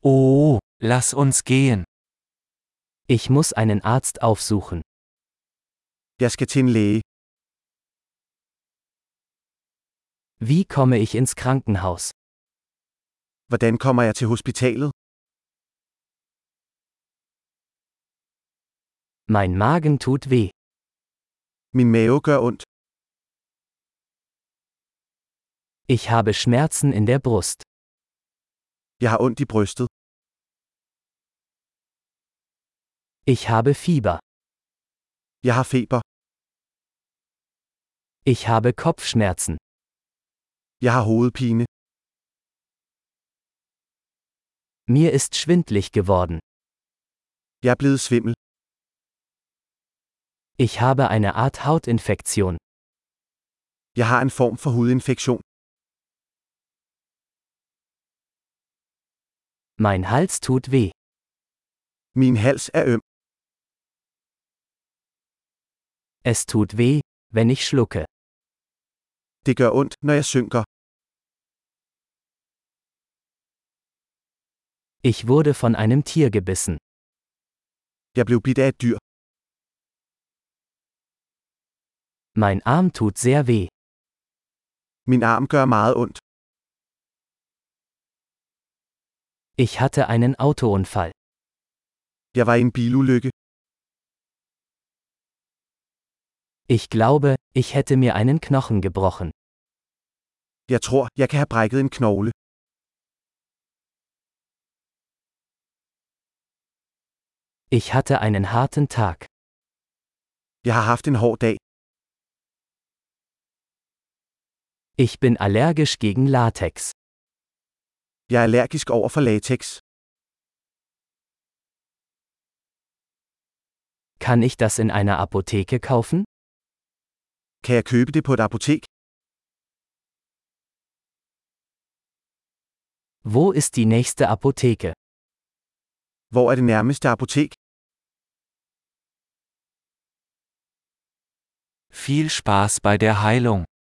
Oh, Lass uns gehen. Ich muss einen Arzt aufsuchen. Jeg skal til en læge. Wie komme ich ins Krankenhaus? Hvordan kommer jeg til hospitalet? Mein Magen tut weh. Min mave gør ondt. Ich habe Schmerzen in der Brust. Jeg har ondt i brystet. Ich habe Fieber. Jeg har feber. Ich habe Kopfschmerzen. Jeg har hovedpine. Mir ist schwindlig geworden. Jeg er blevet svimmel. Ich habe eine Art Hautinfektion. Jeg har en form for hudinfektion. Mein Hals tut weh. Min hals er øm. Es tut weh, wenn ich schlucke. Det gør ondt, når jeg synker. Ich wurde von einem Tier gebissen. Jeg blev bidt af et dyr. Mein Arm tut sehr weh. Min arm gør meget ondt. Ich hatte einen Autounfall. Jeg var i en bilulykke. Ich glaube, ich hätte mir einen Knochen gebrochen. Jeg tror, jeg kan have brækket en knogle. Ich hatte einen harten Tag. Jeg har haft en hård dag. Ich bin allergisch gegen Latex. Jeg er allergisk over for latex. Kann ich das in einer Apotheke kaufen? Kan jeg købe det på et apotek? Wo ist die nächste Apotheke? Hvor er det nærmeste apotek? Viel Spaß bei der Heilung.